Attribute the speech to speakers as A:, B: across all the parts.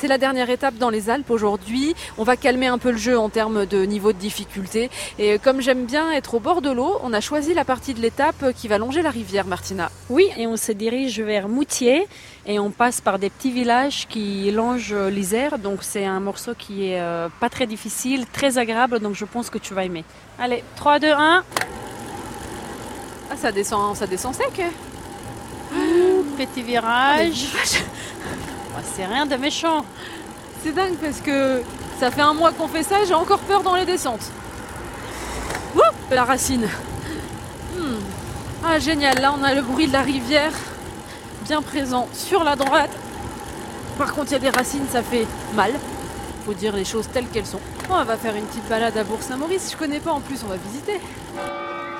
A: C'est la dernière étape dans les Alpes aujourd'hui. On va calmer un peu le jeu en termes de niveau de difficulté. Et comme j'aime bien être au bord de l'eau, on a choisi la partie de l'étape qui va longer la rivière, Martina.
B: Oui, et on se dirige vers Moutier et on passe par des petits villages qui longent l'Isère. Donc c'est un morceau qui est euh, pas très difficile, très agréable. Donc je pense que tu vas aimer. Allez, 3, 2, 1.
A: Ah, ça descend, ça descend sec. hein.
B: Petit
A: Les
B: virage.
A: villages.
B: Ouais, C'est rien de méchant.
A: C'est dingue parce que ça fait un mois qu'on fait ça, j'ai encore peur dans les descentes. Ouh, la racine. Hmm. Ah génial, là on a le bruit de la rivière bien présent sur la droite. Par contre il y a des racines, ça fait mal. Faut dire les choses telles qu'elles sont. Oh, On va faire une petite balade à Bourg-Saint-Maurice, je connais pas en plus, on va visiter.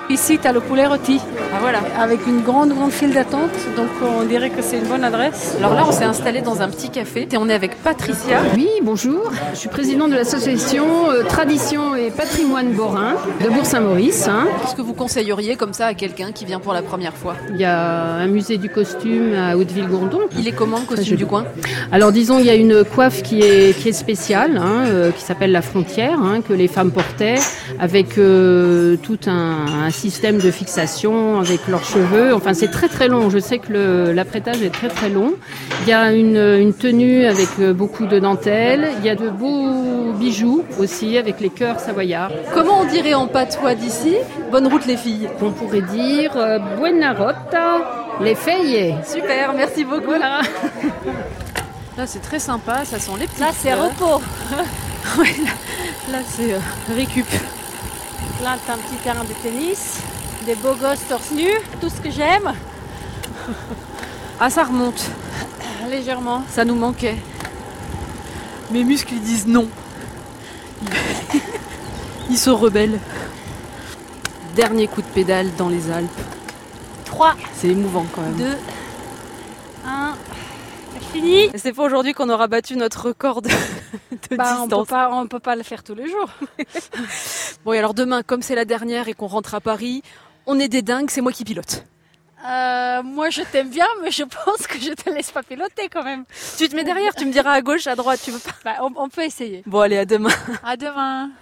B: Ici, tu as le poulet rôti
A: Ah voilà.
B: avec une grande, grande file d'attente. Donc on dirait que c'est une bonne adresse.
A: Alors là on s'est installé dans un petit café et on est avec Patricia.
C: Oui, bonjour. Je suis présidente de l'association euh, Tradition et Patrimoine Borin de Bourg-Saint-Maurice. hein.
A: Qu'est-ce que vous conseilleriez comme ça à quelqu'un qui vient pour la première fois
C: Il y a un musée du costume à Hauteville-Gourdon.
A: Il est comment le costume
C: joli.
A: du coin
C: Alors disons, il y a une coiffe qui est, qui est spéciale, hein, euh, qui s'appelle la frontière, hein, que les femmes portaient, avec euh, tout un, un système de fixation, avec leurs cheveux. Enfin, c'est très très long. Je sais que le- l'apprêtage est très très long. Il y a une, une tenue avec euh, beaucoup de dentelles. Il y a de beaux bijoux aussi, avec les cœurs savoyards.
A: Comment on dirait en patois d'ici Bonne route les filles.
C: On pourrait dire euh, Buena Rota, les feuilles.
A: Super, merci beaucoup.
C: Voilà.
A: Là c'est très sympa, ça sent les petits.
B: Là, c'est repos.
A: là c'est euh, récup.
B: Là, t'as un petit terrain de tennis, des beaux gosses torse nu, tout ce que j'aime,
A: Ah ça remonte,
B: légèrement.
A: ça nous manquait. Mes muscles ils disent non. Ils se rebellent. Dernier coup de pédale dans les Alpes.
B: 3,
A: C'est émouvant quand même.
B: 2, 1. Fini.
A: C'est pas aujourd'hui qu'on aura battu notre record de, de
B: Bah, on peut
A: distance.
B: pas, on peut pas le faire tous les jours.
A: Bon et alors demain, comme c'est la dernière et qu'on rentre à Paris, on est des dingues, c'est moi qui pilote.
B: Euh, moi, je t'aime bien, mais je pense que je te laisse pas piloter quand même.
A: Tu te mets derrière, tu me diras à gauche, à droite, tu veux pas.
B: Bah, on, on peut essayer.
A: Bon allez, à demain.
B: À demain.